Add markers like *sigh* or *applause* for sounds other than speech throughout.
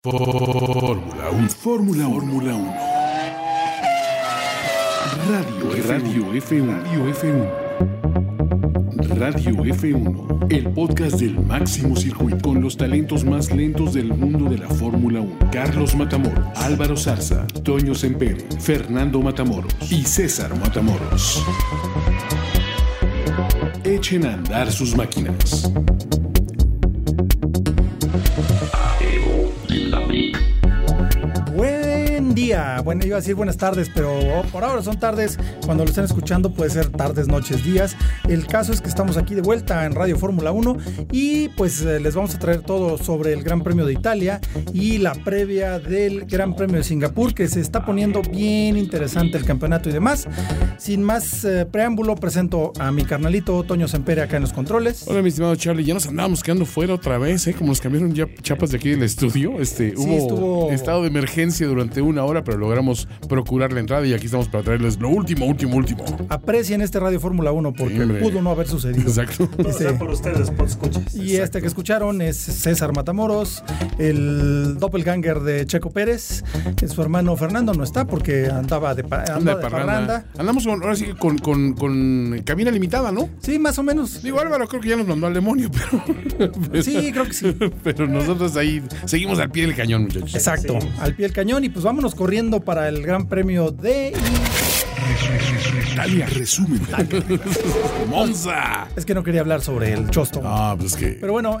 Fórmula 1. Fórmula Fórmula 1. Radio Radio F1. Radio F1. Radio F1. El podcast del máximo circuito con los talentos más lentos del mundo de la Fórmula 1. Carlos Matamoros, Álvaro Zarza, Toño Sempere, Fernando Matamoros y César Matamoros. Echen a andar sus máquinas. Buen día, bueno, iba a decir buenas tardes, pero por ahora son tardes. Cuando lo estén escuchando puede ser tardes, noches, días. El caso es que estamos aquí de vuelta en Radio Fórmula 1 y pues eh, les vamos a traer todo sobre el Gran Premio de Italia y la previa del Gran Premio de Singapur que se está poniendo bien interesante el campeonato y demás. Sin más eh, preámbulo, presento a mi carnalito Toño Sempere acá en los controles. Hola, mi estimado Charlie. Ya nos andábamos quedando fuera otra vez, ¿eh? Como nos cambiaron ya chapas de aquí del estudio. Este, hubo estuvo- estado de emergencia durante una hora, pero logramos procurar la entrada y aquí estamos para traerles lo último, último, último. *laughs* Aprecien este Radio Fórmula 1 porque Sí, hombre. pudo no haber sucedido. Este, Exacto. Todo Sí. sea por ustedes, por escuchas. Y este que escucharon es César Matamoros, el doppelganger de Checo Pérez. Su hermano Fernando no está porque andaba de, pa- Anda andaba de de parranda. parranda. Andamos con, ahora sí que con, con, con cabina limitada, ¿no? Sí, más o menos. Digo, Álvaro, creo que ya nos mandó al demonio, *laughs* pero. pero- *laughs* Sí, creo que sí. Pero nosotros ahí seguimos al pie del cañón, muchachos. Exacto, al pie del cañón y pues vámonos corriendo para el Gran Premio de... Italia. Resumen. *laughs* ¡Monza! Es que no quería hablar sobre el Chosto. Ah, pues es que. Pero bueno,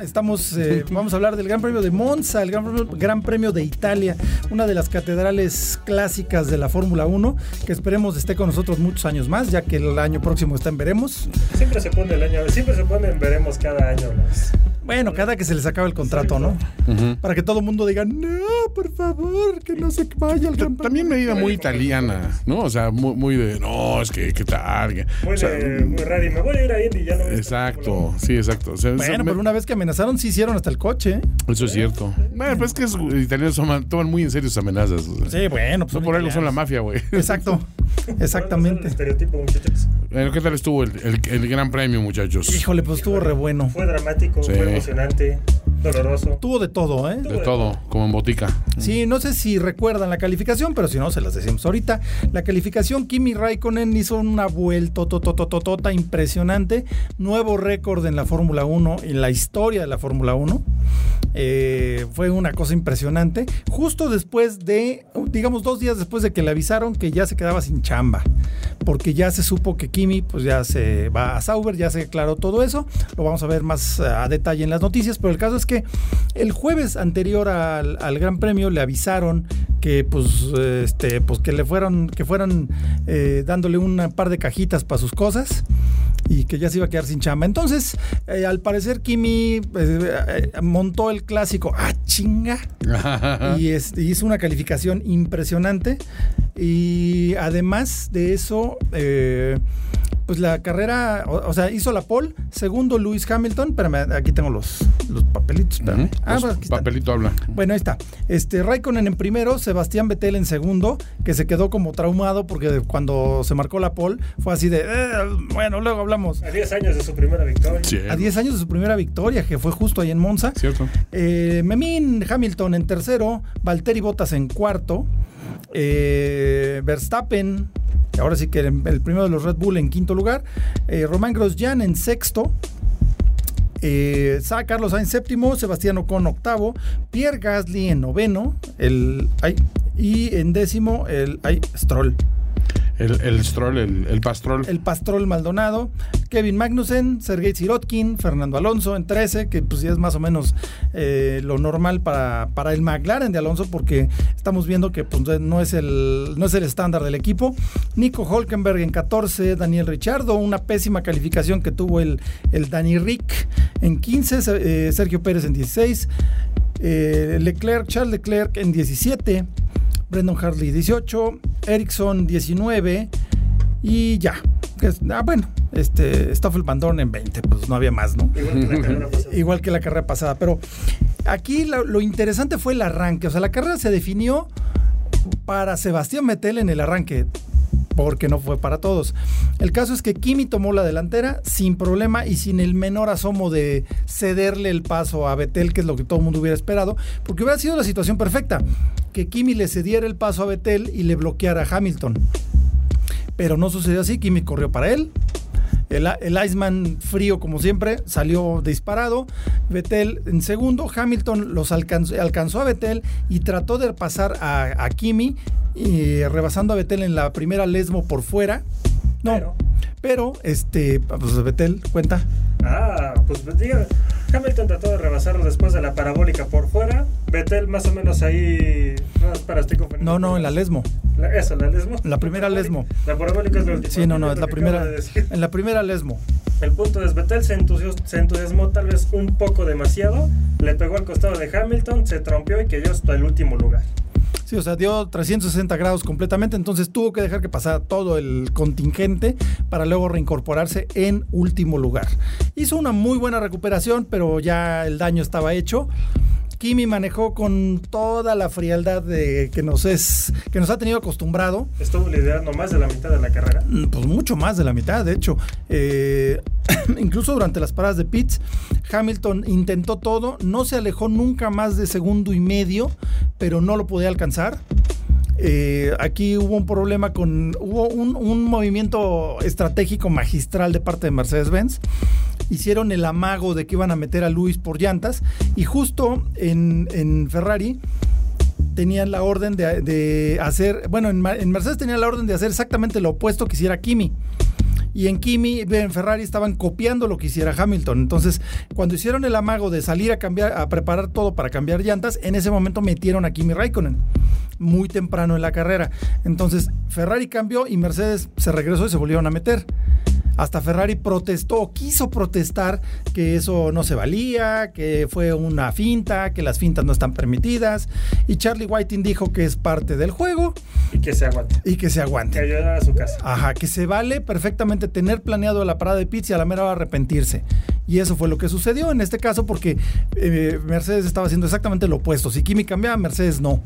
*laughs* estamos, eh, vamos a hablar del Gran Premio de Monza, el Gran Premio, Gran Premio de Italia, una de las catedrales clásicas de la Fórmula 1, que esperemos esté con nosotros muchos años más, ya que el año próximo está en Veremos. Siempre se pone el año, siempre se ponen veremos cada año las- Bueno, cada que se les acaba el contrato, ¿no? Para que todo el mundo diga, no, por favor, que no se vaya el Ta- Gran Premio. También medida muy italiana, ¿no? O sea, muy, muy de, no, es que, ¿qué tal? Que- Muy, o sea, de- muy raro y me voy a ir a Indy ya no voy a estar exacto, sí, exacto. O sea, eso Bueno, me- pero una vez que amenazaron, sí hicieron hasta el coche. ¿eh? Eso es cierto. Bueno, pues es que los italianos toman, toman muy en serio sus amenazas. o sea. Sí, bueno, pues Son por algo son la mafia, güey. *laughs* Exacto, El exactamente. estereotipo, muchachos. Bueno, ¿Qué tal estuvo el, el- el gran premio, muchachos? Híjole, pues estuvo re bueno. Fue dramático, Sí. fue emocionante, doloroso. Tuvo de todo, ¿eh? De todo, como en botica. Sí, no sé si recuerdan la calificación, pero si no, se las decimos ahorita. La calificación, Kimi Raikkonen hizo una vuelta tototototota impresionante. Nuevo récord en la Fórmula 1, en la historia de la Fórmula 1. Eh, fue una cosa impresionante. Justo después de, digamos, dos días después de que le avisaron que ya se quedaba sin chamba. Porque ya se supo que Kimi, pues ya se va a Sauber, ya se aclaró todo eso. Lo vamos a ver más eh, a detalle en las noticias. Pero el caso es que el jueves anterior al, al Gran Premio le avisaron que pues eh, este pues que le fueron que fueran eh, dándole un par de cajitas para sus cosas y que ya se iba a quedar sin chamba. Entonces, eh, al parecer Kimi pues, eh, eh, montó el clásico, ah chinga, Ah. *laughs* y este, hizo una calificación impresionante y además de eso eh, pues la carrera, o, o sea, hizo la pole, segundo Lewis Hamilton, espérame, aquí tengo los, los papelitos, espérame. Ujú. Ah, Pues, bueno, aquí están. papelito habla. Bueno, ahí está. Este, Raikkonen en primero, Sebastián Vettel en segundo, que se quedó como traumado porque cuando se marcó la pole fue así de, "Eh, bueno, luego hablamos. A 10 años de su primera victoria. A 10 años de su primera victoria, que fue justo ahí en Monza. Cierto. Eh, Memín Hamilton en tercero, Valtteri Bottas en cuarto, eh, Verstappen, ahora sí que en- el primero de los Red Bull en quinto lugar, eh, Román Grosjean en sexto. Eh, Sa- Carlos Sainz séptimo, Sebastián Ocon octavo, Pierre Gasly en noveno, el, ay, y en décimo el ay, Stroll, El, el stroll, el, el pastrol. el Pastrol Maldonado, Kevin Magnussen, Sergei Sirotkin, Fernando Alonso en 13, que pues ya es más o menos eh, lo normal para, para el McLaren de Alonso, porque estamos viendo que pues, no, es el, no es el estándar del equipo. Nico Holkenberg en 14, Daniel Richardo, una pésima calificación que tuvo el, el Dani Rick en 15, se- eh, Sergio Pérez en 16, eh, Leclerc, Charles Leclerc en 17, Brendan Hartley 18, Ericsson 19 y ya. Que es- Ah, bueno, este, Stoffel Bandón en 20, pues no había más, ¿no? Igual que la carrera pasada. Igual que la carrera pasada, pero aquí lo, lo interesante fue el arranque, o sea, la carrera se definió para Sebastián Vettel en el arranque. porque no fue para todos. El caso es que Kimi tomó la delantera sin problema y sin el menor asomo de cederle el paso a Betel, que es lo que todo el mundo hubiera esperado, porque hubiera sido la situación perfecta, que Kimi le cediera el paso a Betel y le bloqueara a Hamilton. Pero no sucedió así, Kimi corrió para él, el, el, Iceman frío como siempre salió disparado. Vettel en segundo. Hamilton los alcanzó, alcanzó a Vettel y trató de pasar a, a Kimi, y, rebasando a Vettel en la primera lesmo por fuera. No, pero, pero este, pues Vettel, cuenta. Ah, pues diga, Hamilton trató de rebasarlo después de la parabólica por fuera. Vettel más o menos ahí. No, espera, estoy confundiendo. No, no, en la lesmo. La, eso, la lesmo. La primera lesmo. La parabólica es la última. Sí, no, no, es la primera. De en la primera lesmo. El punto es, Vettel se, se entusiasmó, tal vez un poco demasiado, le pegó al costado de Hamilton, se trompeó y cayó hasta el último lugar. Sí, o sea, dio 360 grados completamente, entonces tuvo que dejar que pasara todo el contingente para luego reincorporarse en último lugar. Hizo una muy buena recuperación, pero ya el daño estaba hecho. Kimi manejó con toda la frialdad de, que nos es que nos ha tenido acostumbrado. Estuvo liderando más de la mitad de la carrera. Pues mucho más de la mitad, de hecho. Eh, *coughs* incluso durante las paradas de pits, Hamilton intentó todo, no se alejó nunca más de segundo y medio, pero no lo podía alcanzar. Eh, aquí hubo un problema con. Hubo un, un movimiento estratégico magistral de parte de Mercedes-Benz hicieron el amago de que iban a meter a Luis por llantas y justo en, en Ferrari tenían la orden de, de hacer, bueno, en, en, Mercedes tenían la orden de hacer exactamente lo opuesto que hiciera Kimi. Y en Kimi, en Ferrari estaban copiando lo que hiciera Hamilton. Entonces, cuando hicieron el amago de salir a cambiar, a preparar todo para cambiar llantas, en ese momento metieron a Kimi Raikkonen muy temprano en la carrera. Entonces, Ferrari cambió y Mercedes se regresó y se volvieron a meter hasta Ferrari protestó o quiso protestar que eso no se valía, que fue una finta, que las fintas no están permitidas. Y Charlie Whiting dijo que es parte del juego. Y que se aguante. Y que se aguante. Que ayuda a su casa. Ajá, que se vale perfectamente tener planeado la parada de pits y a la mera va a arrepentirse. Y eso fue lo que sucedió en este caso porque eh, Mercedes estaba haciendo exactamente lo opuesto. Si Kimi cambiaba, Mercedes no.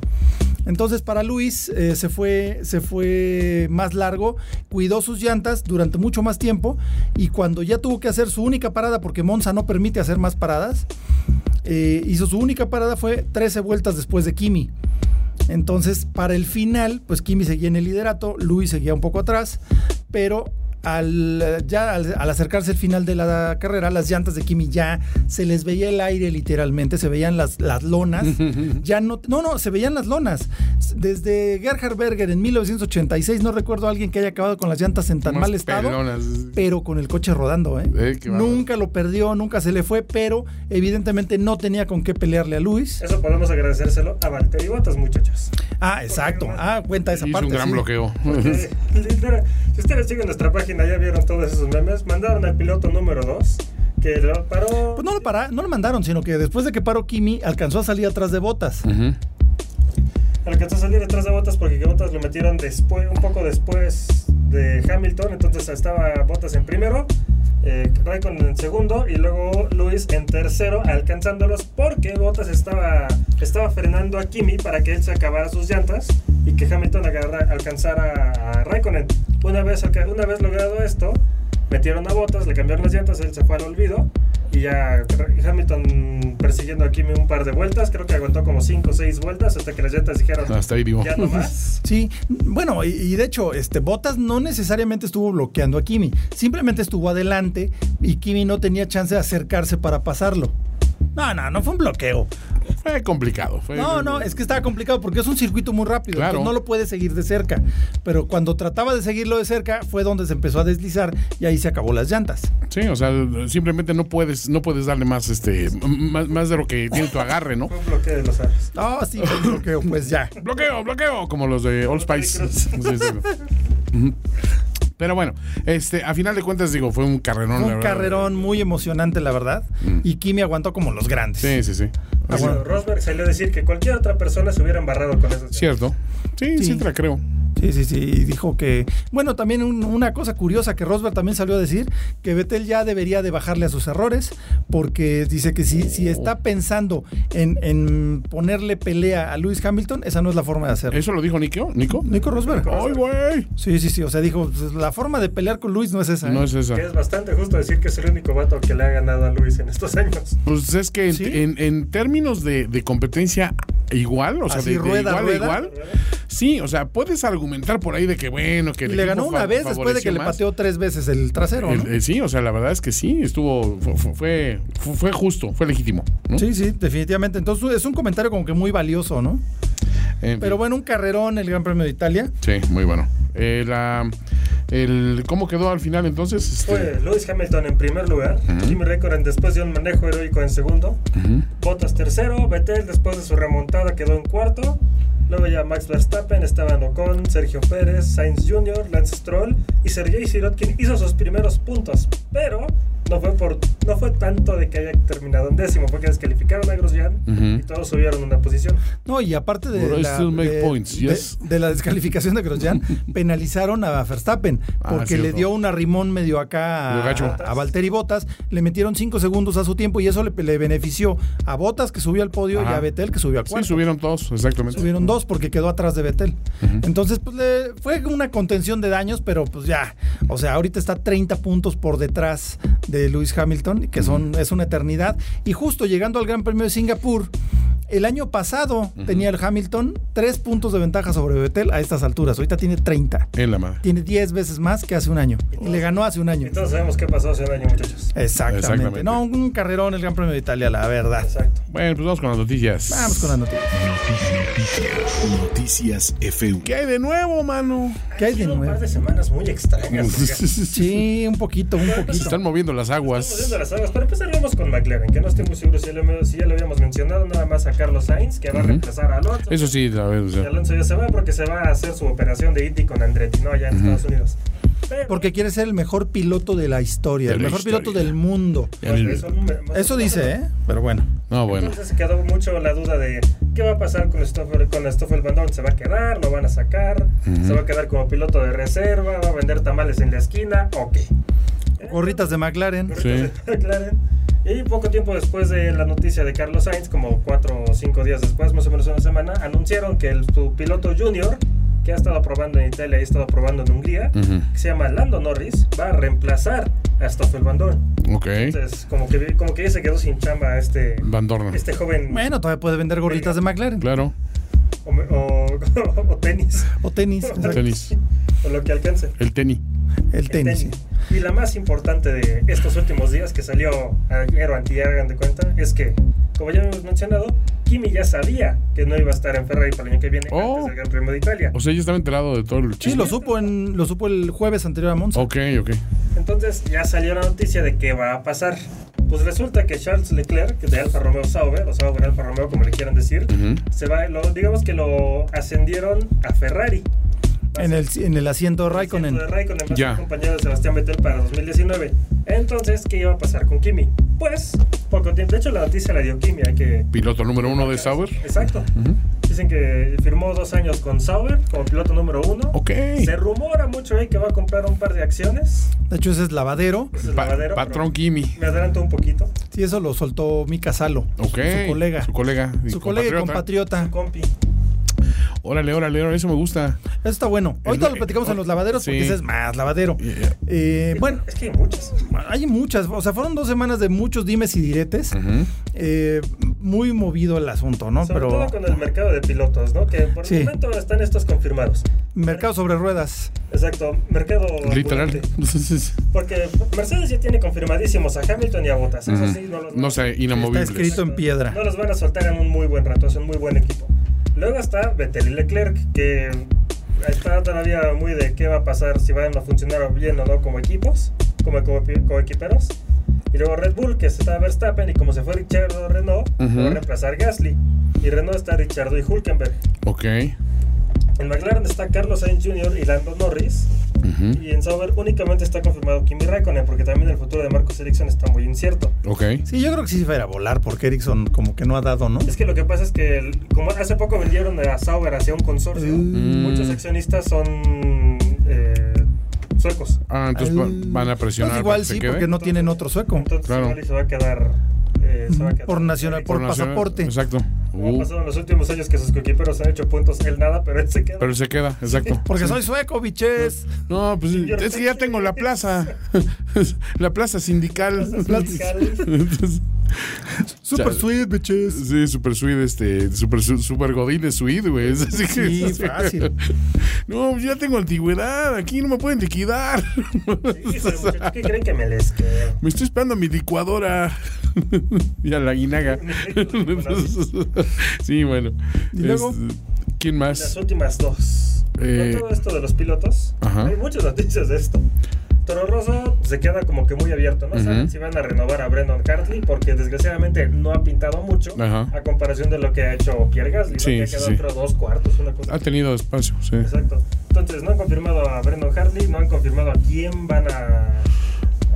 Entonces para Luis eh, se, fue, se fue más largo, cuidó sus llantas durante mucho más tiempo y cuando ya tuvo que hacer su única parada, porque Monza no permite hacer más paradas, eh, hizo su única parada fue 13 vueltas después de Kimi. Entonces para el final, pues Kimi seguía en el liderato, Luis seguía un poco atrás, pero al, ya al, al, acercarse el final de la carrera, las llantas de Kimi ya se les veía el aire literalmente, se veían las, las lonas. ya no, no, no, se veían las lonas. Desde Gerhard Berger en 1986, no recuerdo a alguien que haya acabado con las llantas en tan Unas mal estado, pelonas. pero con el coche rodando. ¿eh? Eh, nunca lo perdió, nunca se le fue, pero evidentemente no tenía con qué pelearle *laughs* a Luis. Eso podemos agradecérselo a Valtteri Botas, muchachos. Ah, exacto. No, ah, cuenta esa hizo parte. un gran sí. bloqueo. Porque, *laughs* literal, si ustedes siguen nuestra página, ya vieron todos esos memes, mandaron al piloto número 2. Que lo paró. Pues no lo, para, no lo mandaron, sino que después de que paró Kimi, alcanzó a salir atrás de botas. Uh -huh. Alcanzó a salir atrás de botas porque que botas lo metieron después, un poco después de Hamilton. Entonces estaba botas en primero, eh, Raikkonen en segundo y luego Luis en tercero, alcanzándolos porque botas estaba, estaba frenando a Kimi para que él se acabara sus llantas y que Hamilton agarra, alcanzara a Raikkonen. Una vez, una vez logrado esto, metieron a botas, le cambiaron las llantas, él se fue al olvido. Y ya Hamilton persiguiendo aquí un par de vueltas, creo que aguantó como 5 o 6 vueltas hasta que las llantas dijeron hasta ahí Ah, vivo. ya no más. Sí, bueno, y, y, de hecho, este Bottas no necesariamente estuvo bloqueando a Kimi, simplemente estuvo adelante y Kimi no tenía chance de acercarse para pasarlo. No, no, no fue un bloqueo. *laughs* Fue complicado. Fue... No, no, es que estaba complicado porque es un circuito muy rápido. Claro. Entonces no lo puede seguir de cerca. Pero cuando trataba de seguirlo de cerca fue donde se empezó a deslizar y ahí se acabó las llantas. Sí, o sea, simplemente no puedes, no puedes darle más, este, más, más de lo que tiene tu agarre, *laughs* ¿no? Fue un bloqueo de los aves. No, sí, fue un bloqueo, *laughs* pues ya. bloqueo, bloqueo, como los de Old Spice. Pero bueno, este, a final de cuentas, digo, fue un carrerón. Fue la un verdad. carrerón muy emocionante, la verdad. Mm. Y Kimi aguantó como los grandes. Sí, sí, sí. Ah, bueno. Rosberg salió a decir que cualquier otra persona se hubiera embarrado con eso. Cierto. Sí, sí, te la creo. Sí, sí, sí. Y dijo que. Bueno, también un- una cosa curiosa que Rosberg también salió a decir: que Vettel ya debería de bajarle a sus errores, porque dice que si, si Oh. está pensando en, en ponerle pelea a Lewis Hamilton, esa no es la forma de hacerlo. ¿Eso lo dijo Nico? ¿Nico? Nico Rosberg. ¡Ay, güey! Sí, sí, sí. O sea, dijo: "Pues, la forma de pelear con Luis no es esa. ¿eh?". No es esa. Que es bastante justo decir que es el único vato que le ha ganado a Luis en estos años. Pues es que en, ¿Sí? en- en términos de, de competencia igual, o sea, Así, de, de rueda, igual a rueda. igual, sí, o sea, puedes argumentar por ahí de que bueno, que Y el le equipo ganó una fa- vez después de que favoreció le más. pateó tres veces el trasero. ¿no? El- eh, sí, o sea, la verdad es que sí, estuvo, fu- fu- fue, fu- fue justo, fue legítimo. ¿no? Sí, sí, definitivamente. Entonces es un comentario como que muy valioso, ¿no? En fin. Pero bueno, un carrerón el Gran Premio de Italia. Sí, muy bueno. Eh, la- el, ¿Cómo quedó al final entonces? Este, Fue Lewis Hamilton en primer lugar, Jimmy Raikkonen después de un manejo heroico en segundo, Pues, Bottas tercero, Vettel después de su remontada quedó en cuarto, luego ya Max Verstappen, Esteban Ocon, Sergio Pérez, Sainz Jr., Lance Stroll y Sergei Sirotkin hizo sus primeros puntos, pero no fue por no fue tanto de que haya terminado en décimo, porque descalificaron a Grosjean Ujú. y todos subieron una posición. No, y aparte de, But I la, still make de- points, de- yes. de la descalificación *laughs* de Grosjean, penalizaron a Verstappen Ah, porque le cierto. dio un arrimón medio acá Medio a, gacho. a Valtteri Bottas, le metieron cinco segundos a su tiempo y eso le, le benefició a Bottas que subió al podio y Ajá. a Vettel que subió a sí, cuarto. subieron todos, exactamente. Subieron dos porque quedó atrás de Vettel. Entonces, pues le- fue una contención de daños, pero pues ya. O sea, ahorita está 30 puntos por detrás de Lewis Hamilton, que son, es una eternidad. Y justo llegando al Gran Premio de Singapur, el año pasado tenía el Hamilton tres puntos de ventaja sobre Vettel a estas alturas. Ahorita tiene 30. En la madre. Tiene 10 veces más que hace un año. Y le ganó hace un año. Y todos sabemos qué pasó hace un año, muchachos. Exactamente. Exactamente. No, un carrerón el Gran Premio de Italia, la verdad. Exacto. Bueno, pues vamos con las noticias. Vamos con las noticias. Noticias F1. ¿Qué hay de nuevo, mano? ¿Qué hay de Tiene un par nuevo? de semanas muy extrañas. *laughs* oiga. Sí, un poquito, un Se poquito. están moviendo las Estamos viendo aguas. las aguas, pero empezar vamos con McLaren, que no estoy muy seguro si, ya lo- si ya lo habíamos mencionado, nada más a Carlos Sainz, que va a reemplazar a Alonso. Eso sí, la verdad. o Y sea, Alonso ya se va porque se va a hacer su operación de Indy con Andretti, ¿no? Allá en Estados Unidos. Pero, pues, Porque quiere ser el mejor piloto de la historia, De el la mejor historia. piloto del mundo. bueno, el- eso, me- Eso dice, ¿eh? Pero bueno. no, bueno. Entonces se quedó mucho la duda de qué va a pasar con Stoffel, con Stoffel Van Dorn. ¿Se va a quedar? ¿Lo van a sacar? ¿Se va a quedar como piloto de reserva? ¿Va a vender tamales en la esquina? ¿O qué? Gorritas de McLaren. Sí. *laughs* McLaren. Y poco tiempo después de la noticia de Carlos Sainz, como cuatro o cinco días después, más o menos una semana, anunciaron que el, su piloto junior, que ha estado probando en Italia y ha estado probando en Hungría, Ujú. que se llama Lando Norris, va a reemplazar a Stoffel Van Dorn. Ok. Entonces, como que, como que ya se quedó sin chamba este, Van Dorn. este joven Bueno, todavía puede vender gorritas de McLaren. Claro. o, *laughs* o- o tenis, O tenis. El tenis. o lo que alcance. El tenis. El tenis. sí. Y la más importante de estos últimos días que salió ayer o antier, hagan de cuenta, es que, como ya hemos mencionado, Kimi ya sabía que no iba a estar en Ferrari para el año que viene Oh. antes del Gran Premio de Italia. O sea, yo estaba enterado de todo el Sí, chisme. lo supo, en, lo supo el jueves anterior a Monza. Ok, ok. Entonces ya salió la noticia de que va a pasar. Pues resulta que Charles Leclerc, de Alfa Romeo Sauber, o Sauber Alfa Romeo, como le quieran decir, Ujú. se va, lo, digamos que lo ascendieron a Ferrari. Va a En ser el, en el asiento de Raikkonen. de Raikkonen va a Ya. ser compañero de Sebastián Vettel para 2019. Entonces, ¿qué iba a pasar con Kimi? Pues, poco tiempo. De hecho, la noticia la dio Kimi. Hay que. Piloto número uno de Sauber. Exacto. Dicen que firmó dos años con Sauber como piloto número uno. Ok. Se rumora mucho ahí que va a comprar un par de acciones. De hecho, ese es lavadero. Ese es el Pa- lavadero, patrón pero Kimi. Me adelanto un poquito. Sí, eso lo soltó Mika Salo. Ok. Su colega. Su colega. y Su colega y compatriota. Compi. Órale, órale, órale. Eso me gusta. Eso está bueno. Ahorita El- lo platicamos en los lavaderos porque Sí. ese es más lavadero. Y- y- Eh, bueno, Es que hay muchas. hay muchas. O sea, fueron dos semanas de muchos dimes y diretes. Ujú. eh, muy movido el asunto, ¿no? Sobre Pero todo con el mercado de pilotos, ¿no? Que por Sí. el momento están estos confirmados. mercado sobre ruedas. Exacto, mercado. Literal. ambulante. *laughs* Porque Mercedes ya tiene confirmadísimos a Hamilton y a Bottas. Eso sí, no los No sé, inamovibles. Está escrito. en piedra. No los van a soltar en un muy buen rato, es un muy buen equipo. Luego está Vettel y Leclerc, que está todavía muy de qué va a pasar, si van a funcionar bien o no como equipos, como co- coequiperos. Y luego Red Bull, que está Verstappen, y como se fue Richardo Renault, Ujú. va a reemplazar Gasly. Y Renault está Richardo y Hulkenberg. Ok. En McLaren está Carlos Sainz Jr. y Lando Norris. Ujú. Y en Sauber únicamente está confirmado Kimi Raikkonen, porque también el futuro de Marcus Ericsson está muy incierto. Ok. Sí, yo creo que sí se va a ir a volar porque Ericsson como que no ha dado, ¿no? Es que lo que pasa es que, el- como hace poco vendieron a Sauber hacia un consorcio, Mm. muchos accionistas son eh, suecos. Ah, entonces va- Al- van a presionar. Pues para igual que se sí, quede. porque no tienen otro sueco. Entonces, Claro. igual y se va a quedar. eh, se va a quedar Por nacional- por- Ericsson. nacional- pasaporte. Exacto. Como ha Uh, pasado en los últimos años que sus coequiperos han hecho puntos, él nada, pero él se queda. pero se queda, exacto. Porque Sí. soy sueco, biches. No, pues Señor es que ya Sánchez. tengo la *laughs* plaza. la plaza sindical. sindical. Entonces, Super Chale. sweet, biches. sí, super suid, este, super, su- super godín es suid, güey. Es así que- Sí, fácil. *laughs* No, pues, ya tengo antigüedad, aquí no me pueden liquidar. *laughs* Híjole, muchachos, ¿Qué creen que me les quedo? Me estoy esperando a mi licuadora *laughs* y a la *laughs* guinaga. *laughs* sí, bueno. ¿Y luego? Este, ¿Quién Las más? últimas dos. Eh, Con todo esto de los pilotos, Ajá. hay muchas noticias de esto. Toro Rosso se queda como que muy abierto, ¿no? Saben Ujú. si van a renovar a Brendan Hartley porque desgraciadamente no ha pintado mucho Ajá. a comparación de lo que ha hecho Pierre Gasly, ¿no? Sí, que ha sí, quedado sí. Ah, otro dos cuartos, una cosa Ha así. tenido espacio, sí. Exacto. Entonces, no han confirmado a Brendan Hartley, no han confirmado a quién van a,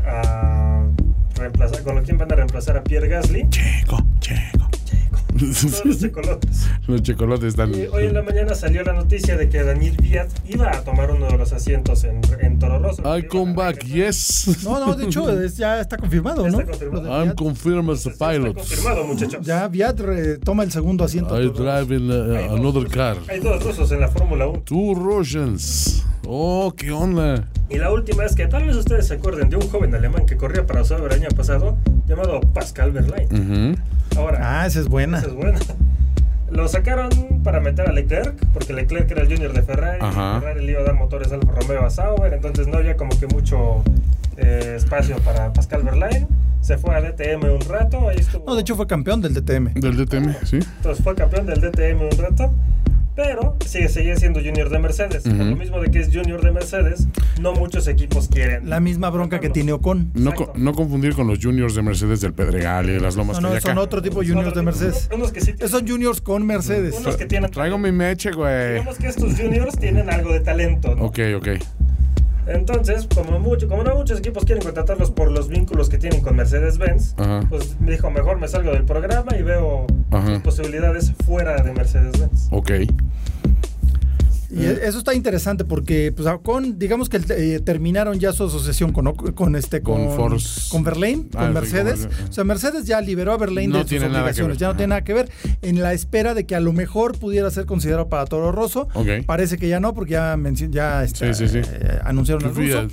a reemplazar, con quién van a reemplazar a *laughs* Pierre Gasly. Checo, checo. Todos los checolotes. Los chocolates están. Y hoy en la mañana salió la noticia de que Daniel Díaz iba a tomar uno de los asientos en, en Toro Rosso. I come back, yes. No, no, de *laughs* hecho es- ya está confirmado, Ya ¿no? está confirmado. Lo de I'm Fiat. confirmed as a Está pilot. confirmado, muchachos. Ya Viat re- toma el segundo asiento. I drive in uh, another car. Hay dos rusos en la Fórmula 1. Two Russians. Oh, qué onda. Y la última es que tal vez ustedes se acuerden de un joven alemán que corría para Sauber el año pasado, llamado Pascal Verlaine. Ujú. Ahora, Ah, esa es buena. Esa es buena. Lo sacaron para meter a Leclerc, porque Leclerc era el junior de Ferrari. Ajá. Ferrari le iba a dar motores Alfa Romeo a Sauber, entonces no había como que mucho eh, espacio para Pascal Verlaine. Se fue a DTM un rato, ahí estuvo. No, de hecho fue campeón del DTM. Del DTM, sí. Entonces fue campeón del DTM un rato, pero sigue, seguía siendo junior de Mercedes. Por Ujú. lo mismo de que es junior de Mercedes, no muchos equipos quieren. La misma bronca que tiene Ocon. No, Exacto. co- no confundir con los juniors de Mercedes del Pedregal y de las lomas No, no, Callaca. son otro tipo de Son juniors de otros- Mercedes. Unos que sí tienen- Son juniors con Mercedes. unos que tienen. Traigo mi meche, güey. Digamos que estos juniors tienen algo de talento. ¿no? Ok, ok. Entonces, como, mucho, como no muchos equipos quieren contratarlos por los vínculos que tienen con Mercedes-Benz, Ajá. pues me dijo, mejor me salgo del programa y veo Ajá. sus posibilidades fuera de Mercedes-Benz. Ok. Y Eh. e- eso está interesante porque pues Ocon, digamos que eh, terminaron ya su asociación con Oc- con este con Con Force. con Verlaine, Ah, con sí, Mercedes. con Verlaine. o sea, Mercedes ya liberó a Verlaine No de sus tiene nada que obligaciones, ver. ya no Ajá. tiene nada que ver en la espera de que a lo mejor pudiera ser considerado para Toro Rosso. Ok. Parece que ya no porque ya mencio- ya este, Sí, sí, sí. eh, anunciaron al Sí, ruso.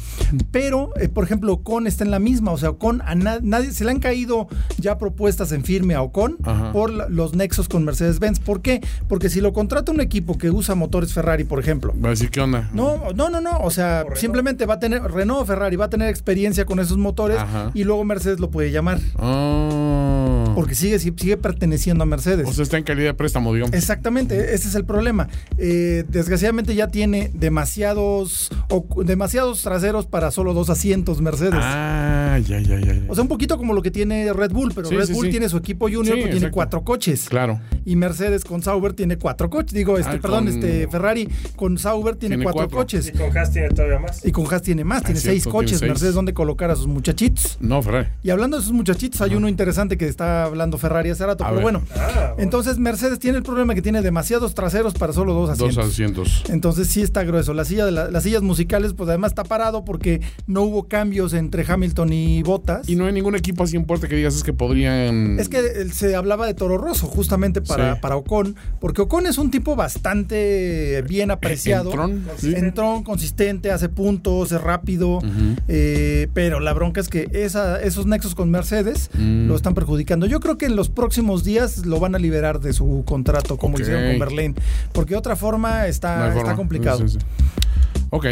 Pero eh, por ejemplo, Ocon está en la misma, o sea, Ocon a na- nadie se le han caído ya propuestas en firme a Ocon Ajá. por la- los nexos con Mercedes-Benz. ¿Por qué? Porque si lo contrata un equipo que usa motores Ferrari, por ejemplo. Va a decir, ¿qué onda? No, no, no, no. O sea, Renault. simplemente va a tener Renault Ferrari, va a tener experiencia con esos motores Ajá. y luego Mercedes lo puede llamar. Ah. Porque sigue, si- sigue perteneciendo a Mercedes. O sea, está en calidad de préstamo, digamos. Exactamente, ese es el problema. Eh, desgraciadamente ya tiene demasiados, o- demasiados traseros para solo dos asientos Mercedes. Ah, ya, ya, ya. ya. O sea, un poquito como lo que tiene Red Bull, pero Sí, Red sí, Bull sí. tiene su equipo junior Sí, que tiene exacto. cuatro coches. claro. Y Mercedes con Sauber tiene cuatro coches. Digo, este, Ah, perdón, con- este Ferrari con Sauber tiene, Tiene cuatro, cuatro. Ah, Y coches. con Haas tiene todavía más. Pues, Y con Haas tiene más, tiene cierto, seis tiene coches. seis. Mercedes, ¿dónde colocar a sus muchachitos? No, Ferrari. Y hablando de sus muchachitos, hay uno interesante que está hablando Ferrari hace rato, A pero ver. bueno. Ah, bueno. Entonces, Mercedes tiene el problema que tiene demasiados traseros para solo dos asientos. Dos asientos. Entonces sí está grueso. La silla de la- las sillas musicales, pues además está parado porque no hubo cambios entre Hamilton y Bottas. Y no hay ningún equipo así en puerta que digas es que podrían. Es que él se hablaba de Toro Rosso justamente para, Sí. para Ocon, porque Ocon es un tipo bastante bien apreciado. Entrón, pues, sí. Entrón, consistente, hace puntos, es rápido, Ujú. eh, pero la bronca es que esa- esos nexos con Mercedes Mm. lo están perjudicando. Yo creo que en los próximos días lo van a liberar de su contrato, como Ok. hicieron con Berlín, porque de otra forma está, No hay está forma. complicado. Sí, sí, sí. Ok.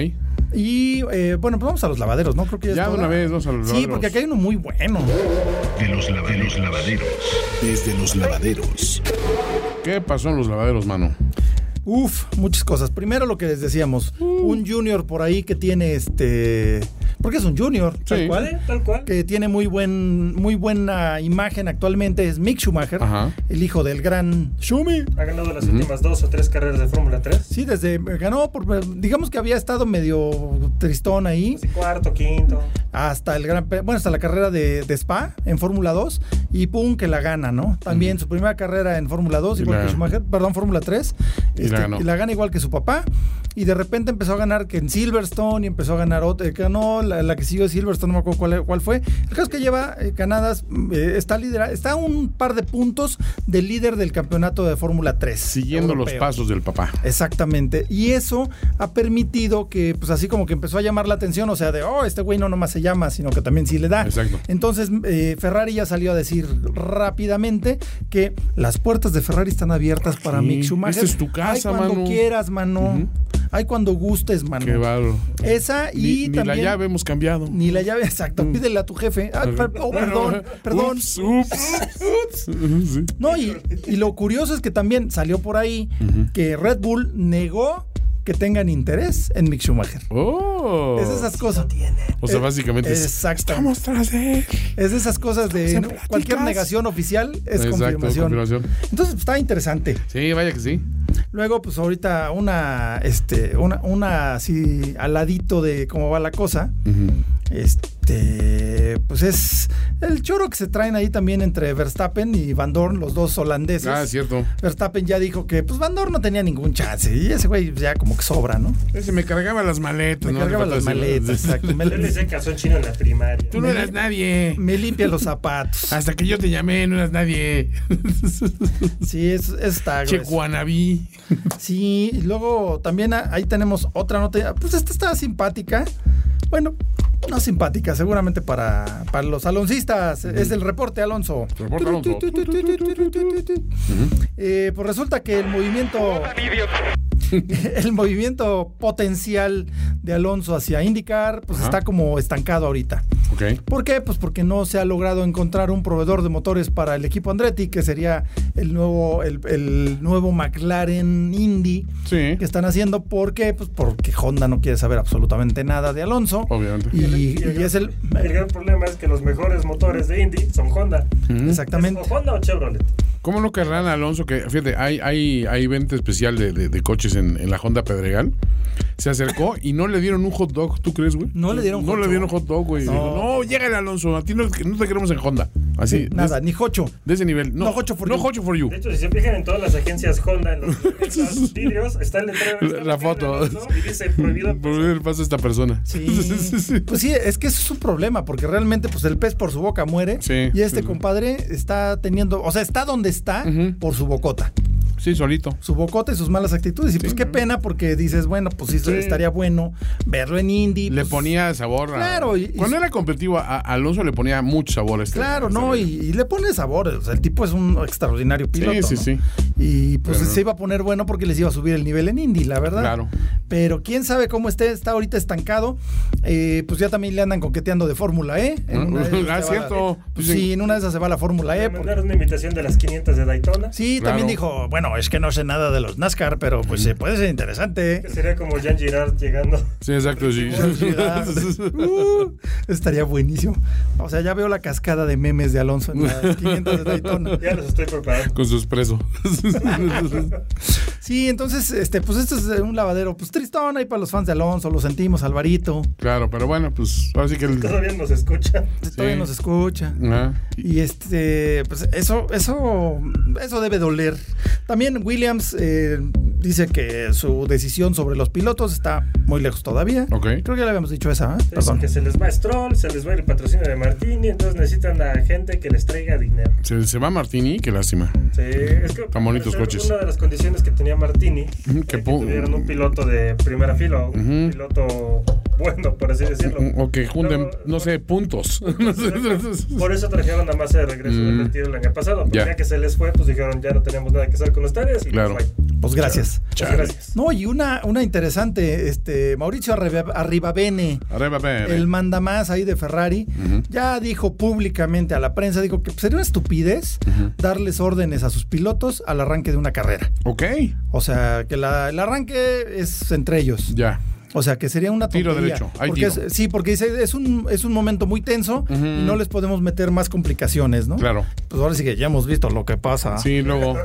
Y eh, bueno, pues vamos a los lavaderos, ¿no? Creo que ya, es Ya de toda. una vez, vamos a los Sí, lavaderos. porque aquí hay uno muy bueno. de los lavaderos. Desde los lavaderos. ¿Qué pasó en los lavaderos, mano? Uf, muchas cosas. Primero lo que les decíamos, un junior por ahí que tiene este porque es un junior, Sí. tal cual. Sí, Tal cual. que tiene muy buen muy buena imagen actualmente es Mick Schumacher, Ajá. el hijo del gran Schumi. Ha ganado las últimas dos o tres carreras de Fórmula 3. Sí, desde ganó por digamos que había estado medio tristón ahí Cuarto, quinto. hasta el gran Pre- bueno, hasta la carrera de, de Spa en Fórmula 2 y pum que la gana, ¿no? También su primera carrera en Fórmula 2 Y igual la- que Schumacher, perdón, Fórmula 3, Y la ganó. y la gana igual que su papá y de repente empezó a ganar que en Silverstone y empezó a ganar otra, eh, ganó la, la que siguió de Silverstone, no me acuerdo cuál, cuál fue. El caso es que lleva eh, ganadas mm, eh, está lidera, está a un par de puntos del líder del campeonato de Fórmula 3. Siguiendo los europeo. Eh, pasos del papá. Exactamente. Y eso ha permitido que, pues así como que empezó a llamar la atención, o sea, de, oh, este güey no nomás se llama, sino que también sí le da. Exacto. Entonces, eh, Ferrari ya salió a decir rápidamente que las puertas de Ferrari están abiertas para Sí. Mick Schumacher. Esta es tu casa, Ay, cuando mano. quieras, mano. Ujú. Ay, cuando gustes, mano. Qué bárbaro. Esa Ni- Eh, y ni, también... la llave hemos cambiado. Ni la llave, *laughs* exacto. Pídele a tu jefe. Ah, per- *laughs* oh, perdón, perdón. Ups, ups, ups. Sí. No, y, y lo curioso es que también salió por ahí que Red Bull negó que tengan interés en Mick Schumacher. Oh. Es de esas cosas. O sea, Eh, básicamente es, exacto. Estamos tras él. Es de esas cosas de en ¿no? pláticas. cualquier negación oficial es Exacto, confirmación. confirmación. Entonces pues, está interesante. Sí, vaya que sí. Luego, pues ahorita una, este, una, una así aladito de cómo va la cosa. Este, pues es el choro que se traen ahí también entre Verstappen y Van Dorn, los dos holandeses. Ah, es cierto. Verstappen ya dijo que pues Van Dorn no tenía ningún chance y ese güey ya como que sobra, ¿no? Ese Eh, me cargaba las maletas. Me ¿no? cargaba Le las faltaba decir- maletas, exacto. Me, Yo le hice caso en chino en la primaria. *laughs* Tú no eras nadie. me limpia *laughs* los zapatos. Hasta que yo te llamé, no eras *laughs* nadie. Sí, es, está Che, grueso. Guanabí. Sí, y luego también a- ahí tenemos otra nota. Pues esta está simpática. Bueno, no simpática, seguramente para, para los aloncistas. Es el reporte, Alonso. Reporte, Alonso. Eh, pues resulta que el movimiento. *laughs* El movimiento potencial de Alonso hacia indicar, pues Ajá. está como estancado ahorita. Ok. ¿Por qué? Pues porque no se ha logrado encontrar un proveedor de motores para el equipo Andretti, que sería el nuevo, el, el nuevo McLaren Indy Sí. que están haciendo. ¿Por qué? Pues porque Honda no quiere saber absolutamente nada de Alonso. Obviamente. Y, y es el. El gran problema es que los mejores motores de Indy son Honda. Exactamente. ¿Es o Honda o Chevrolet? ¿Cómo no querrán a Alonso? Que fíjate, hay, hay, hay venta especial de, de- de coches en, en la Honda Pedregal. Se acercó y no le dieron un hot dog, ¿tú crees, güey? No le dieron No hot le dog. dieron hot dog, güey. No. Dijo, No, llégale, Alonso. A ti no, no te queremos en Honda. Así. Nada, De, ni Jocho. de ese nivel. No, No hot for no you. hot for you. De hecho, si se fijan en todas las agencias Honda, *laughs* en los, en los vidrios, está el letrero. está La, la el foto. letrero, ¿no? Y dice prohibido. *laughs* Prohibido el paso a esta persona. Sí. *laughs* *laughs* sí, sí. Pues sí, es que eso es un problema, porque realmente pues el pez por su boca muere. Sí. y este Sí. compadre está teniendo, o sea, está donde está Ujú. por su bocota. Sí, solito. Su bocota y sus malas actitudes. Y pues qué pena, porque dices, bueno, pues sí, estaría bueno verlo en Indy. Le pues, ponía sabor a- Claro, y- y- Cuando era competitivo, a, a Alonso le ponía mucho sabor a este. Claro, a este no, y, evento. y le pone sabor. O sea, el tipo es un extraordinario piloto. sí, ¿no? sí. Y pues Pero- se iba a poner bueno porque les iba a subir el nivel en Indy, la verdad. Claro. Pero quién sabe cómo esté, está ahorita estancado. Eh, pues ya también le andan coqueteando de Fórmula E. Ah, *laughs* una de esas ah, se va cierto. la- pues sí, en una de esas se va la Fórmula Me E. porque- mandaron una invitación de las 500 de Daytona. Sí, Claro. también dijo, bueno, es que no sé nada de los NASCAR, pero pues eh, puede ser *laughs* interesante. Que sería como Jean Girard llegando. *laughs* Sí, exacto, *laughs* sí. Uh, estaría buenísimo. O sea, ya veo la cascada de memes de Alonso en las 500 de Daytona. Ya los estoy *laughs* preparando. Con su expreso. *laughs* Sí, entonces, este, pues esto es eh, un lavadero, pues tristón ahí para los fans de Alonso, lo sentimos, Alvarito, Claro, pero bueno, pues ahora sí que el. Todavía nos escuchan. todavía nos escucha. Ah, y- Y este, pues eso, eso, eso debe doler. También Williams eh, dice que su decisión sobre los pilotos está muy lejos todavía. Ok. Creo que ya le habíamos dicho esa, ¿eh? Dicen Perdón. que se les va Stroll, se les va el patrocinio de Martini, entonces necesitan a gente que les traiga dinero. Se, se va Martini, qué lástima. Sí, es que Tan bonitos era coches. Una de las condiciones que tenía Martini Ujú, era que que, po- tuvieran un piloto de primera fila, un Ujú. piloto bueno, por así decirlo. O que junten, Luego, no sé, puntos. *laughs* Por eso trajeron a Massa de regreso Mm. del retiro el año pasado. Porque Ya. ya. que se les fue, pues dijeron, ya no tenemos nada que hacer con ustedes. Y Claro. pues, bye. Pues, Pues gracias. Chale. gracias. No, y una, una interesante, este, Mauricio Arriba- Arribavene. Arriba, Pérez. el manda más ahí de Ferrari, ya dijo públicamente a la prensa, dijo que sería una estupidez darles órdenes a sus pilotos al arranque de una carrera. Ok, O sea, que la- el arranque es entre ellos. ya. O sea, que sería una Tiro tontería, derecho, hay porque tiro. es- sí, porque dice, es un, es un momento muy tenso y no les podemos meter más complicaciones, ¿no? Claro. Pues ahora sí que ya hemos visto lo que pasa. Sí, luego.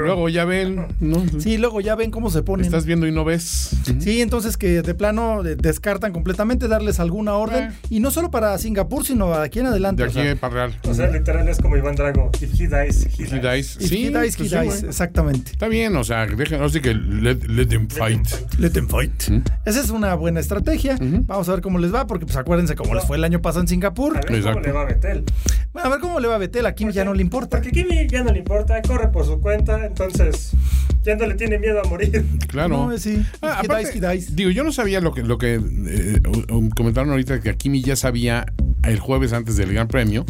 luego ya ven, ¿no? Ah. Sí, luego ya ven cómo se ponen. Estás viendo y no ves. Sí, entonces que de plano eh, descartan completamente darles alguna orden. Eh. Y no solo para Singapur, sino de aquí en adelante. De o aquí sea, para real. O sea, literal es como Iván Drago. If he dies, he dies. If he dies. if Sí, he dies, pues he sí, dies, güey. exactamente. Está bien, o sea, dejen, así que let, let them fight. Let them fight. Esa es una buena estrategia. Vamos a ver cómo les va, porque pues acuérdense cómo les fue el año pasado en Singapur. A ver Exacto. cómo le va a Betel. Bueno, a ver cómo le va a Betel. Aquí ya no le importa. Porque Kimi ya no le importa, corre por su cuenta, entonces ya no le tiene miedo a morir. *laughs* Claro. No, sí. Ah, If he aparte, dies, he dies. Digo, yo no sabía lo que, lo que eh, um, comentaron ahorita que Kimi ya sabía el jueves antes del Gran Premio.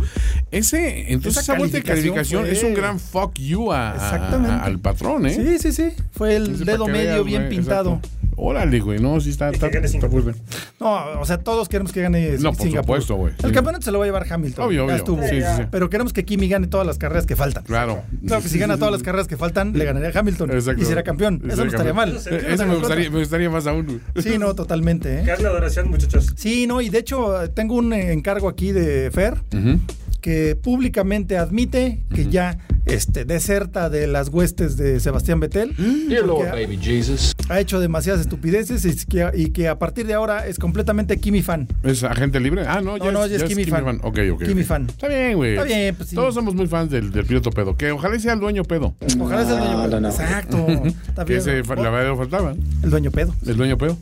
Ese, entonces Esa esa vuelta de calificación calificación es un fue- gran fuck you a- a- Exactamente. a- al patrón, ¿eh? Sí, sí, sí. Fue el Entonces, dedo para que medio veas, bien güey, pintado. exacto. Órale, güey, no, sí está, Y que está, gane está Singapur. fuerte. No, o sea, todos queremos que gane No, por Singapur. supuesto, güey. El Sí. campeonato se lo va a llevar Hamilton. Obvio, Ya obvio. estuvo. Sí, sí, sí. Pero queremos que Kimi gane todas las carreras que faltan. Claro. Claro que si gana todas las carreras que faltan, le ganaría a Hamilton. Exacto. Y será campeón. Y Eso será no estaría mal. campeón. Eh, Eso me gustaría, me gustaría más aún. güey. Sí, no, totalmente. ¿eh? Carne adoración, muchachos. Sí, no, y de hecho eh, tengo un eh, encargo aquí de Fer Ujú. que públicamente admite que ya este, deserta de las huestes de Sebastián Mm. Vettel. Dear porque Lord, baby Jesus. ha, ha hecho demasiadas estupideces y que, y que a partir de ahora es completamente Kimi fan. ¿Es agente libre? Ah, no, ya, no, es, ya es Kimi fan. Ok, ok. Kimi ok. fan. Está bien, güey. Está bien, pues sí. Todos somos muy fans del, del piloto pedo. Que ojalá sea el dueño pedo. Ojalá sea el dueño No, pedo. no, *laughs* no. Exacto. Está Que bien. Oh. ese, fa- la verdad, lo faltaba. El dueño pedo. El dueño pedo.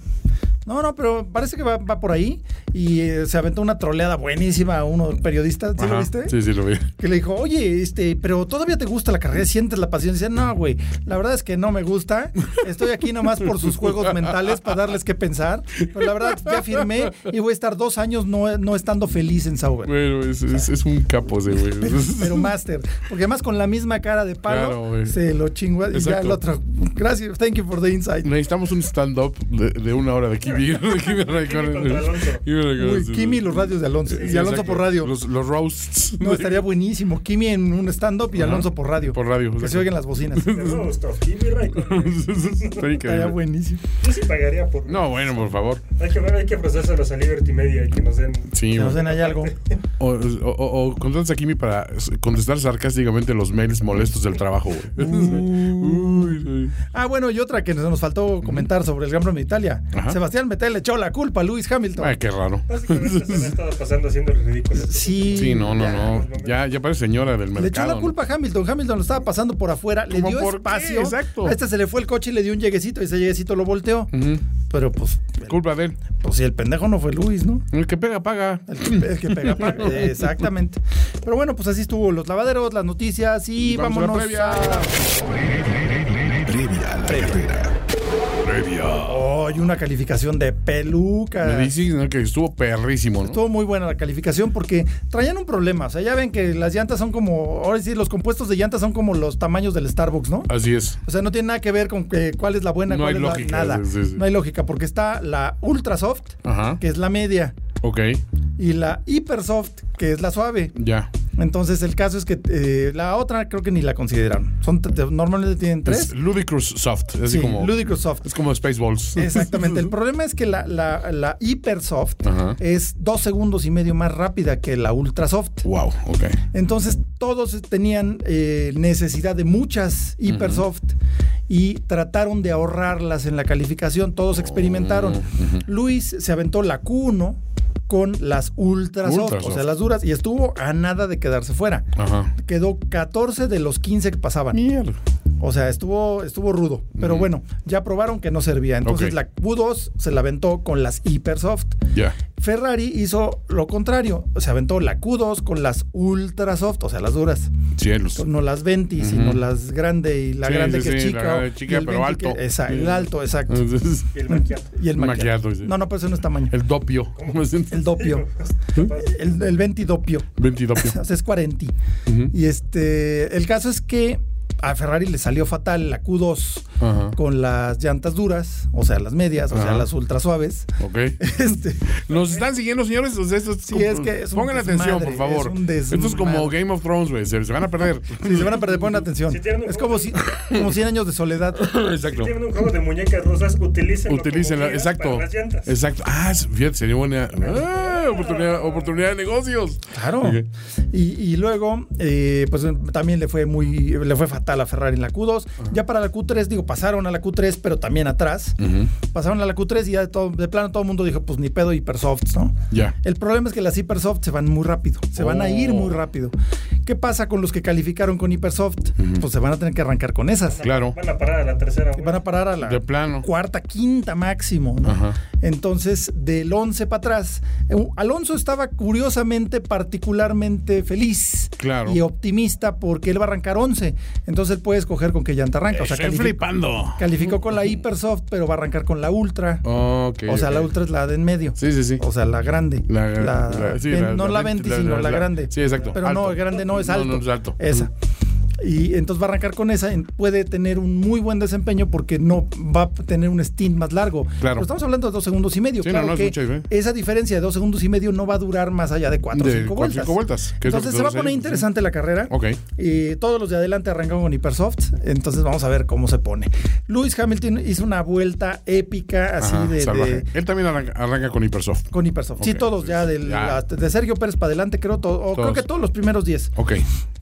No, no, pero parece que va, va por ahí y eh, se aventó una troleada buenísima a uno periodista. ¿Sí lo Ajá. viste? Sí, sí, lo vi. *laughs* Que le dijo, oye, este, pero todavía te gusta la carrera, sientes la pasión. Dice, no, güey, la verdad es que no me gusta. Estoy aquí nomás por sus juegos mentales para darles que pensar. Pero la verdad, ya firmé y voy a estar dos años no, no estando feliz en Sauber. Bueno, es, es- es un capo ese, güey. Pero, pero master, porque además con la misma cara de Claro, palo güey. se lo chingó y ya Exacto. el otro. Gracias, thank you for the insight. Necesitamos un stand-up de, de una hora de Kimi. *laughs* de Kimi Raikkonen. contra Alonso. Kimi Raikkonen, Uy, sí, Kimi y sí. los radios de Alonso. Sí, y Alonso exacto. por radio. Los, los roasts. *laughs* No, estaría buenísimo. Kimi en un stand-up y Ajá. Alonso por radio. Por radio, Que se exacto. oigan *laughs* las bocinas. Te gusto, Kimi Raikkonen. Está Estaría increíble. buenísimo. Yo sí pagaría por. No, bueno, por favor. Hay que ver, hay que ofrecérselos a Liberty Media y que nos den. Sí, Que nos güey. den *laughs* ahí algo. O, o, o- o contratas a Kimi para s- contestar sarcásticamente los mails molestos del trabajo, *laughs* güey. Mm. Uy, Ah, bueno, y otra que nos nos faltó comentar sobre el Gran Premio de Italia. Ajá. Sebastián Vettel le echó la culpa a Lewis Hamilton. Ay, qué raro. Básicamente se la ha estado pasando haciendo el ridículo. sí. Sí, no, no, ya. no. Ya, ya parece señora del mercado. Le echó la ¿no? culpa a Hamilton. Hamilton lo estaba pasando por afuera, le ¿Cómo dio por qué? espacio. Exacto. Mm. A este se le fue el coche y le dio un lleguecito y ese lleguecito lo volteó. Ujú. Pero pues, Culpa de él. pues si el pendejo no fue Luis, ¿no? El que pega, paga. *laughs* El que, el que pega paga. *laughs* Exactamente. Pero bueno, pues así estuvo los lavaderos, las noticias y Vamos a la vámonos previa. a- Previa a la carrera. Previa. Oh, y una calificación de Me peluca. dices ¿no? que estuvo perrísimo, ¿no? Estuvo muy buena la calificación porque traían un problema. O sea, ya ven que las llantas son como. Ahora sí, los compuestos de llantas son como los tamaños del Starbucks, ¿no? Así es. O sea, no tiene nada que ver con que- cuál es la buena, No cuál hay es la- lógica, nada. sí, sí, sí. No hay lógica, porque está la ultra soft, Ajá. que es la media, Ok, y la hiper soft, que es la suave. ya. Entonces, el caso es que eh, la otra creo que ni la consideraron. Son, t- t- normalmente tienen tres. Es ludicrous soft. Así Sí, como. ludicrous soft. *laughs* Es como Spaceballs. Exactamente. El problema es que la, la, la hiper soft Ajá. es dos segundos y medio más rápida que la ultra soft. Wow, ok. Entonces todos tenían eh, necesidad de muchas hipersoft y trataron de ahorrarlas en la calificación. Todos experimentaron. Oh, Luis se aventó la Q1 con las ultra soft, Ultra o sea, soft. las duras, y estuvo a nada de quedarse fuera. Ajá. Quedó 14 de los 15 que pasaban. Mierda. O sea, estuvo, estuvo rudo. Pero bueno, ya probaron que no servía. Entonces Ok. la Q2 se la aventó con las hipersoft. Ya. Ferrari hizo lo contrario. Se aventó la Q2 con las ultra soft, o sea, las duras. Cielos. No las 20, sino las grande y la Sí, grande sí, que es sí, la chica. grande o- chica, y el pero 20 que- alto. esa- Sí. el alto, exacto. Entonces, Y el maquiato. Y el maquillaje. Maquillaje, sí. No, no, pero eso no es tamaño. *laughs* El dopio. *laughs* El dopio. pues. El, el 20 dopio. *laughs* 20 dopio. O sea, es 40. Y este, el caso es que a Ferrari le salió fatal la Q2 Ajá. con las llantas duras, o sea, las medias, o sea, Ajá. las ultra suaves. *laughs* Ok. Este, Nos están siguiendo, señores. O sea, esto es Sí, como- es que es un pongan desmadre, atención, por favor. es un esto es como desmadre. Game of Thrones, güey. Se, se van a *laughs* perder. si se van a perder, ponen atención. Si tienen un es como, si, como 100 años de soledad. *laughs* Exacto. Tienen un juego de muñecas rusas, utilícenlo. como Utilícenla, guía exacto. Para las llantas. Exacto. Ah, es- fíjate, sería buena ah, oportunidad, oportunidad de negocios. Claro. Ok. Y, y luego, eh, pues también le fue muy, le fue fatal a Ferrari en la Q2. Ya para la Q3, digo, pasaron a la Q3, pero también atrás. Pasaron a la Q3 y ya de, todo- de plano todo el mundo dijo, pues ni pedo hipersofts, ¿no? Ya. El problema es que las hipersoft se van muy rápido, se van a ir Oh. muy rápido. ¿Qué pasa con los que calificaron con hipersoft? Pues se van a tener que arrancar con esas. Claro. Van a parar a la tercera. Y güey. van a parar a la De plano. cuarta, quinta máximo. ¿no? Ajá. Entonces, del 11 para atrás, eh, Alonso estaba curiosamente particularmente feliz Claro. y optimista porque él va a arrancar 11. Entonces, él puede escoger con qué llanta arranca. O sea, Estoy calificó, flipando. calificó con la hipersoft, pero va a arrancar con la ultra. Ok, o sea, la ok. ultra es la de en medio. Sí, sí, sí. O sea, la grande. La- La- la- sí, ven- la- no la la venti- 20, la- sino la- la, la- grande. sí, exacto, Pero alto. no, grande no, es No, alto. no, es alto. Esa. Y entonces va a arrancar con esa. en- Puede tener un muy buen desempeño porque no va a tener un stint más largo. Claro. Pero estamos hablando de dos segundos y medio. Sí, no, claro no, es que mucha diferencia. esa diferencia de dos segundos y medio no va a durar más allá de cuatro o De cinco cuatro, vueltas. cinco vueltas, que es lo Entonces que se va a todos poner dicen. interesante la carrera. Ok. Y todos los de adelante arrancan con Hipersoft. Entonces vamos a ver cómo se pone. Lewis Hamilton hizo una vuelta épica así Ajá, de- salvaje. de, Él también arranca, arranca con Hipersoft. con Hipersoft. Sí, Ok, todos ya, entonces, del, ya. hasta- de Sergio Pérez para adelante, creo, to- o creo Todos. que todos los primeros 10. Ok.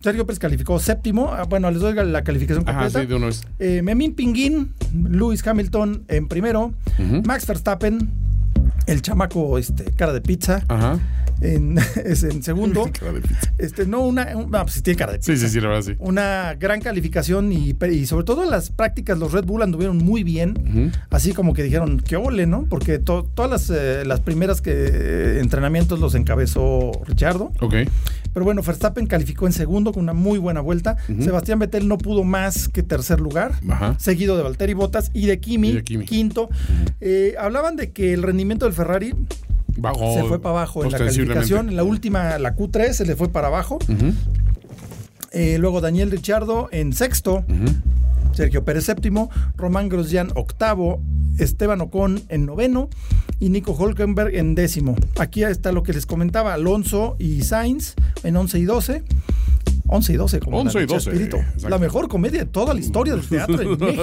Sergio Pérez calificó séptimo. Ah, Bueno, les doy la calificación Ajá, completa. sí, de uno es. Eh, Memín Pinguín, Lewis Hamilton en primero, Ujú. Max Verstappen, el chamaco este, cara de pizza, Ajá. en, *laughs* es *laughs* en segundo. Cara de pizza. este, no, una, un- ah, pues sí tiene cara de pizza. Sí, sí, sí, la verdad, sí. Una gran calificación y, pe- y sobre todo en las prácticas, los Red Bull anduvieron muy bien. Ujú. Así como que dijeron, qué ole, ¿no? Porque to- todas las, eh, las primeras que, eh, entrenamientos los encabezó Richardo. Ok. Pero bueno, Verstappen calificó en segundo con una muy buena vuelta. Sebastián Vettel no pudo más que tercer lugar. Ajá. Seguido de Valtteri Bottas y de Kimi, Y de Kimi. quinto. Eh, hablaban de que el rendimiento del Ferrari Bajo. se fue para abajo en la Oh, ostensiblemente. calificación. En la última, la Q3, se le fue para abajo. Ujú. Eh, luego Daniel Richardo en sexto. Sergio Pérez séptimo. Román Grosjean octavo. Esteban Ocon en noveno. Y Nico Holkenberg en décimo. Aquí está lo que les comentaba. Alonso y Sainz en 11 y 12. 11 y 12, como 11 y la de 12, Chespirito. exacto. La mejor comedia de toda la historia del teatro *laughs* en México.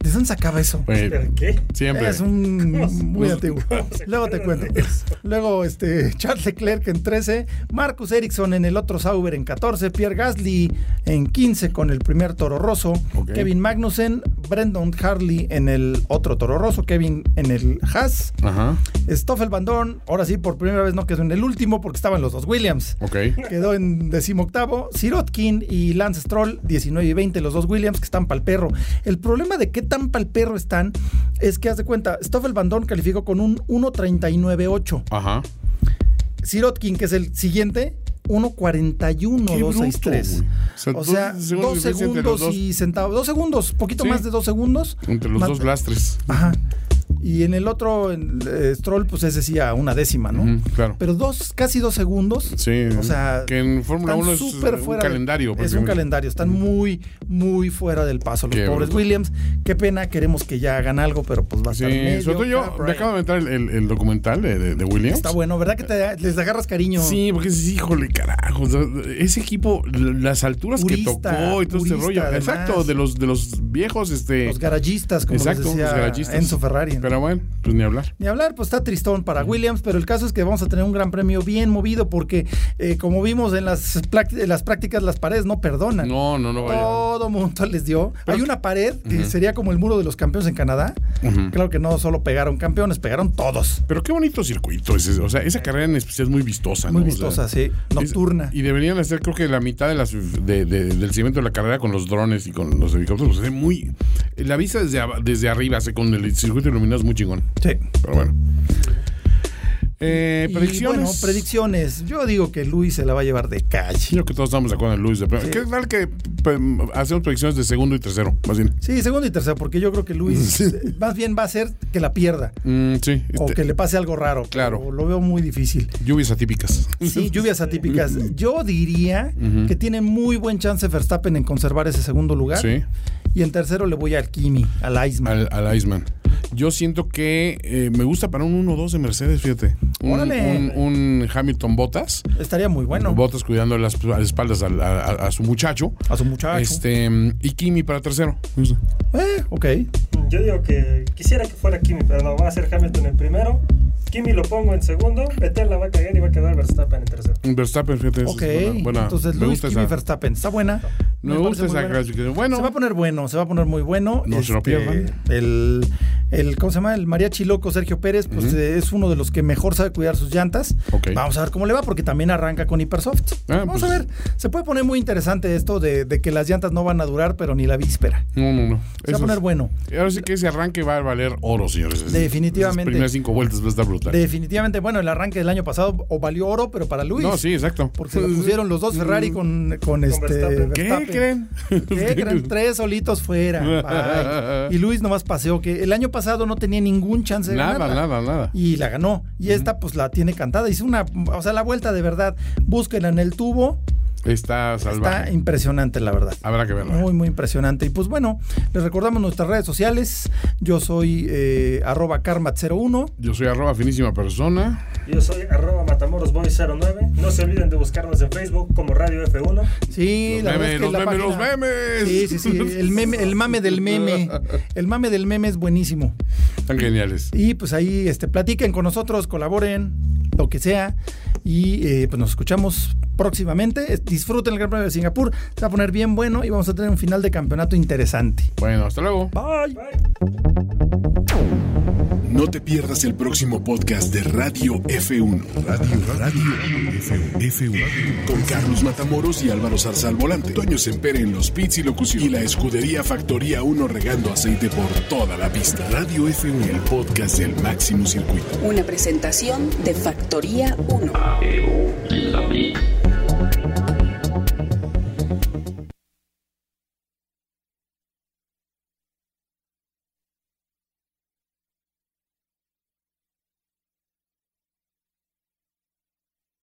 ¿De dónde sacaba eso? Bueno, ¿Pero qué? siempre. Es un muy se- antiguo. Luego te cuento. pues. Luego, este, Charles Leclerc en 13, Marcus Ericsson en el otro Sauber en 14, Pierre Gasly en 15 con el primer Toro Rosso, Ok. Kevin Magnussen, Brendan Harley en el otro Toro Rosso, Kevin en el Haas, Ajá. Stoffel Bandón, ahora sí, por primera vez no quedó en el último porque estaban los dos Williams. Ok. Quedó en decimoctavo. Sirotkin y Lance Stroll, 19 y 20, los dos Williams que están pa'l perro. El problema de qué tan pa'l perro están es que, haz de cuenta, Stoffel Bandón calificó con un 1.39.8. Ajá. Sirotkin, que es el siguiente, Qué bruto, 1.41.263. güey. O sea, dos de diferencia entre los segundos dos- y centavos. Dos segundos, poquito Sí. más de dos segundos. Entre los Más- dos lastres. Ajá. Y en el otro, en, eh, Stroll, pues ese sí a una décima, ¿no? Ujú, claro. Pero dos, casi dos segundos. Sí. O sea, que en Fórmula están 1 es eh, súper un fuera de- calendario. Es un prácticamente. calendario. Están muy, muy fuera del paso los Qué pobres bruto. Williams. Qué pena, queremos que ya hagan algo, pero pues va a Sí, estar medio sobre todo yo cabrón. me acabo de aventar el, el- el documental de, de- de Williams. Está bueno, ¿verdad que te- les agarras cariño? Sí, porque es, híjole, carajo. o sea, Ese equipo, l- las alturas Purista, que tocó y todo este purista, rollo. además. Exacto, de los, de los viejos, este. Los garayistas, como les exacto, decía los garayistas. Enzo Ferrari. ¿no? Pero bueno, pues ni hablar. Ni hablar, pues está tristón para Williams, pero el caso es que vamos a tener un gran premio bien movido porque, eh, como vimos en las, práct- en las prácticas, las paredes no perdonan. No, no, no vaya. Todo mundo les dio. Hay una pared que sería como el muro de los campeones en Canadá. Claro que no solo pegaron campeones, pegaron todos. Pero qué bonito circuito es ese. O sea, esa carrera en especial es muy vistosa, ¿no? Muy O sea, vistosa, sí. es- Nocturna. pues, eh, y deberían hacer, creo que la mitad de las, de- de- del seguimiento de la carrera con los drones y con los helicópteros. pues, Es muy. La vista desde, ab- desde arriba, así, con el circuito iluminado es muy chingón. Sí. Pero bueno. Eh, Y, predicciones. Bueno, predicciones. Yo digo que Luis se la va a llevar de calle. Creo que todos estamos de acuerdo en Luis. De... ¿Qué tal que pues, hacemos predicciones de segundo y tercero? Más bien. Sí, segundo y tercero, porque yo creo que Luis *laughs* Sí. eh, más bien va a ser que la pierda Mm, sí. o este, que le pase algo raro. Claro. pero Lo veo muy difícil. Lluvias atípicas. *laughs* Sí, lluvias atípicas. Yo diría que tiene muy buen chance Verstappen en conservar ese segundo lugar. Sí. Y en tercero le voy al Kimi, al Iceman. Al, al Iceman. Yo siento que eh, me gusta para un 1-2 de Mercedes, fíjate. Un, Órale. un- un Hamilton Botas. Estaría muy bueno. Botas cuidando las, las espaldas al- a, a- a su muchacho. A su muchacho. Este, y Kimi para tercero. Eh, ok. Yo digo que quisiera que fuera Kimi, pero no, va a ser Hamilton en primero. Kimi lo pongo en segundo, Vettel la va a cagar y va a quedar Verstappen en tercero. Verstappen, fíjate. esa es Ok. buena- buena. Entonces, me Luis gusta Kimi esa, Verstappen. Está buena. me parece gusta muy esa buena. clasificación. Bueno, Se va a poner bueno, se va a poner muy bueno. Este, No se lo pierdan. El, el, ¿cómo se llama? El mariachi loco Sergio Pérez, pues eh, es uno de los que mejor sabe cuidar sus llantas. Ok. Vamos a ver cómo le va, porque también arranca con Hypersoft. Ah, Vamos pues- a ver. Se puede poner muy interesante esto de, de que las llantas no van a durar, pero ni la víspera. no, no, no. Se va a Esas- poner bueno. Ahora sí que ese arranque va a valer oro, señores. Esas- Definitivamente. esas primeras cinco vueltas va a estar brutal. Definitivamente, bueno, el arranque del año pasado o valió oro, pero para Luis. No, sí, exacto. Porque se lo pusieron los dos Ferrari con, con este Verstappen. ¿Qué Verstappen. *laughs* creen? ¿Qué creen? Tres solitos *laughs* fuera. Bye. Y Luis nomás paseó que el año pasado no tenía ningún chance de Nada, ganarla. nada, nada. Y la ganó. Y esta pues la tiene cantada. Hizo una, o sea, la vuelta de verdad. Búsquenla en el tubo. Está salvaje. Ah, Está impresionante, la verdad. Habrá que verlo. Muy, muy impresionante. Y pues bueno, les recordamos nuestras redes sociales. Yo soy eh, arroba karmat01. Yo soy arroba finísima persona. Yo soy arroba matamorosboy09. No se olviden de buscarnos en Facebook como Radio F1. Sí, Los la verdad memes, es que los la memes, los página- memes. Sí, sí, sí. El, meme, el mame *laughs* del meme. El mame del meme es buenísimo. Están geniales. Y pues ahí este, platiquen con nosotros, colaboren, lo que sea. Y eh, pues nos escuchamos próximamente. Es- Disfruten el Gran Premio de Singapur. Se va a poner bien bueno y vamos a tener un final de campeonato interesante. Bueno, hasta luego. Bye. No te pierdas el próximo podcast de Radio F1. Radio, Radio F1. F1. Con Carlos Matamoros y Álvaro Zarza al volante. Toño Sempere en los pits y locución. Y la escudería Factoría 1 regando aceite por toda la pista. Radio F1, el podcast del máximo circuito. Una presentación de Factoría 1. AEO Dynamic